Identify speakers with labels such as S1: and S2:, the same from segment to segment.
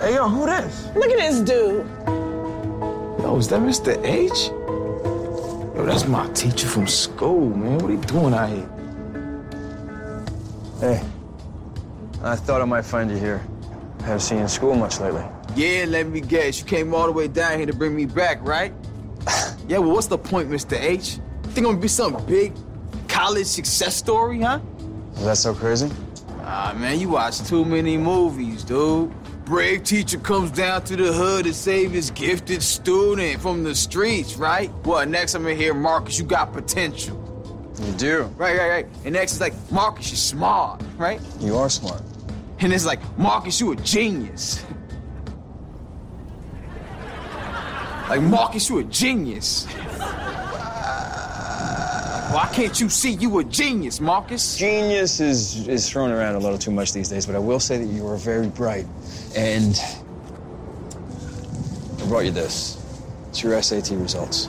S1: Wow, who this?
S2: Look at this dude.
S1: Yo, Oh, is that Mr. H? Yo, that's my teacher from school, man. What are you doing out here?
S3: Hey, I thought I might find you here. I haven't seen you in school much lately.
S1: Yeah, let me guess. You came all the way down here to bring me back, right? yeah, well, what's the point, Mr. H? Think I'm gonna be some big college success story, huh?
S3: Is that so crazy?
S1: Ah, man, you watch too many movies, dude. Brave teacher comes down to the hood to save his gifted student from the streets, right? Well, next I'm gonna hear Marcus, you got potential.
S3: You do.
S1: Right, right, right. And next is like, Marcus, you're smart, right?
S3: You are smart.
S1: And it's like, Marcus, you a genius. like, Marcus, you a genius. Why can't you see you a genius, Marcus?
S3: Genius is, is thrown around a little too much these days, but I will say that you are very bright. And I brought you this. It's your SAT results.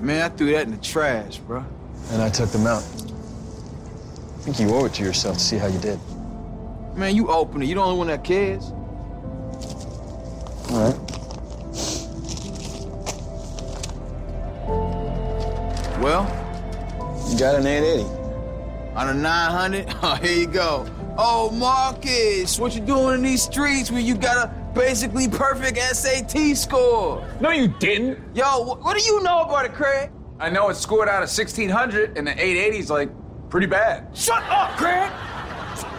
S1: Man, I threw that in the trash, bro.
S3: And I took them out. I think you owe it to yourself to see how you did.
S1: Man, you open it. You the only one that cares.
S3: All right.
S1: Well,
S3: You got an 880.
S1: on a 900, oh, here you go. Oh, Marcus, what you doing in these streets where you got a basically perfect SAT score?
S4: No, you didn't.
S1: Yo, wh- what do you know about it, Craig?
S4: I know it scored out of 1600, and the 880 is like pretty bad.
S1: Shut up, Craig!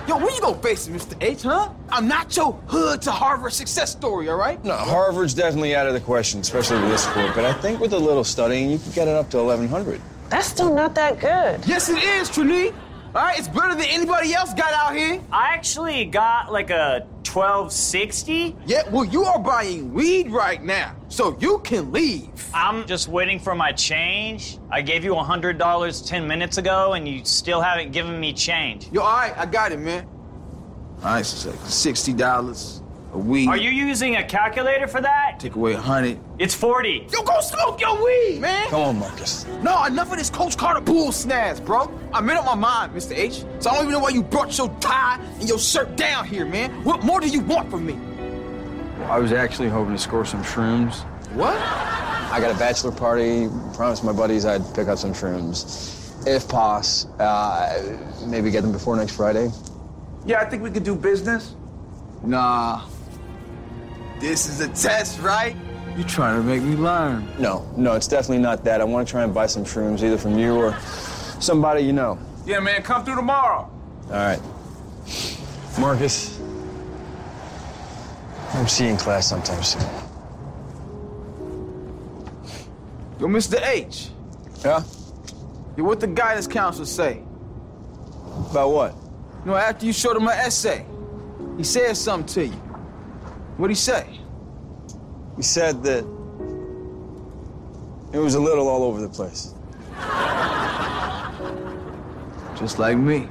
S1: Yo, where you gonna face it, Mr. H, huh? I'm not your hood to Harvard success story, all right?
S3: No, Harvard's definitely out of the question, especially with this score. But I think with a little studying, you could get it up to 1100.
S2: That's still not that good.
S1: Yes, it is, Trini. All right, it's better than anybody else got out here.
S5: I actually got like a 1260.
S1: Yeah, well, you are buying weed right now, so you can leave.
S5: I'm just waiting for my change. I gave you $100 10 minutes ago, and you still haven't given me change.
S1: Yo, all right, I got it, man. All right, so it's like sixty dollars a weed.
S5: Are you using a calculator for that?
S1: take away a hundred?
S5: It's 40.
S1: Yo, go smoke your weed, man.
S3: Come on, Marcus.
S1: No, enough of this Coach Carter bull snaz, bro. I made up my mind, Mr. H. So I don't even know why you brought your tie and your shirt down here, man. What more do you want from me?
S3: I was actually hoping to score some shrooms.
S1: What?
S3: I got a bachelor party. Promised my buddies I'd pick up some shrooms. If pos, uh, maybe get them before next Friday.
S4: Yeah, I think we could do business.
S1: Nah. This is a test, right? You trying to make me learn?
S3: No, no, it's definitely not that. I want to try and buy some shrooms, either from you or somebody you know.
S4: Yeah, man, come through tomorrow.
S3: All right. Marcus, I'm seeing class sometime soon.
S1: Yo, Mr. H.
S3: Yeah?
S1: Yo, what the guidance counselor say?
S3: About what?
S1: You know, after you showed him my essay, he said something to you. What'd he say?
S3: He said that it was a little all over the place.
S1: Just like me.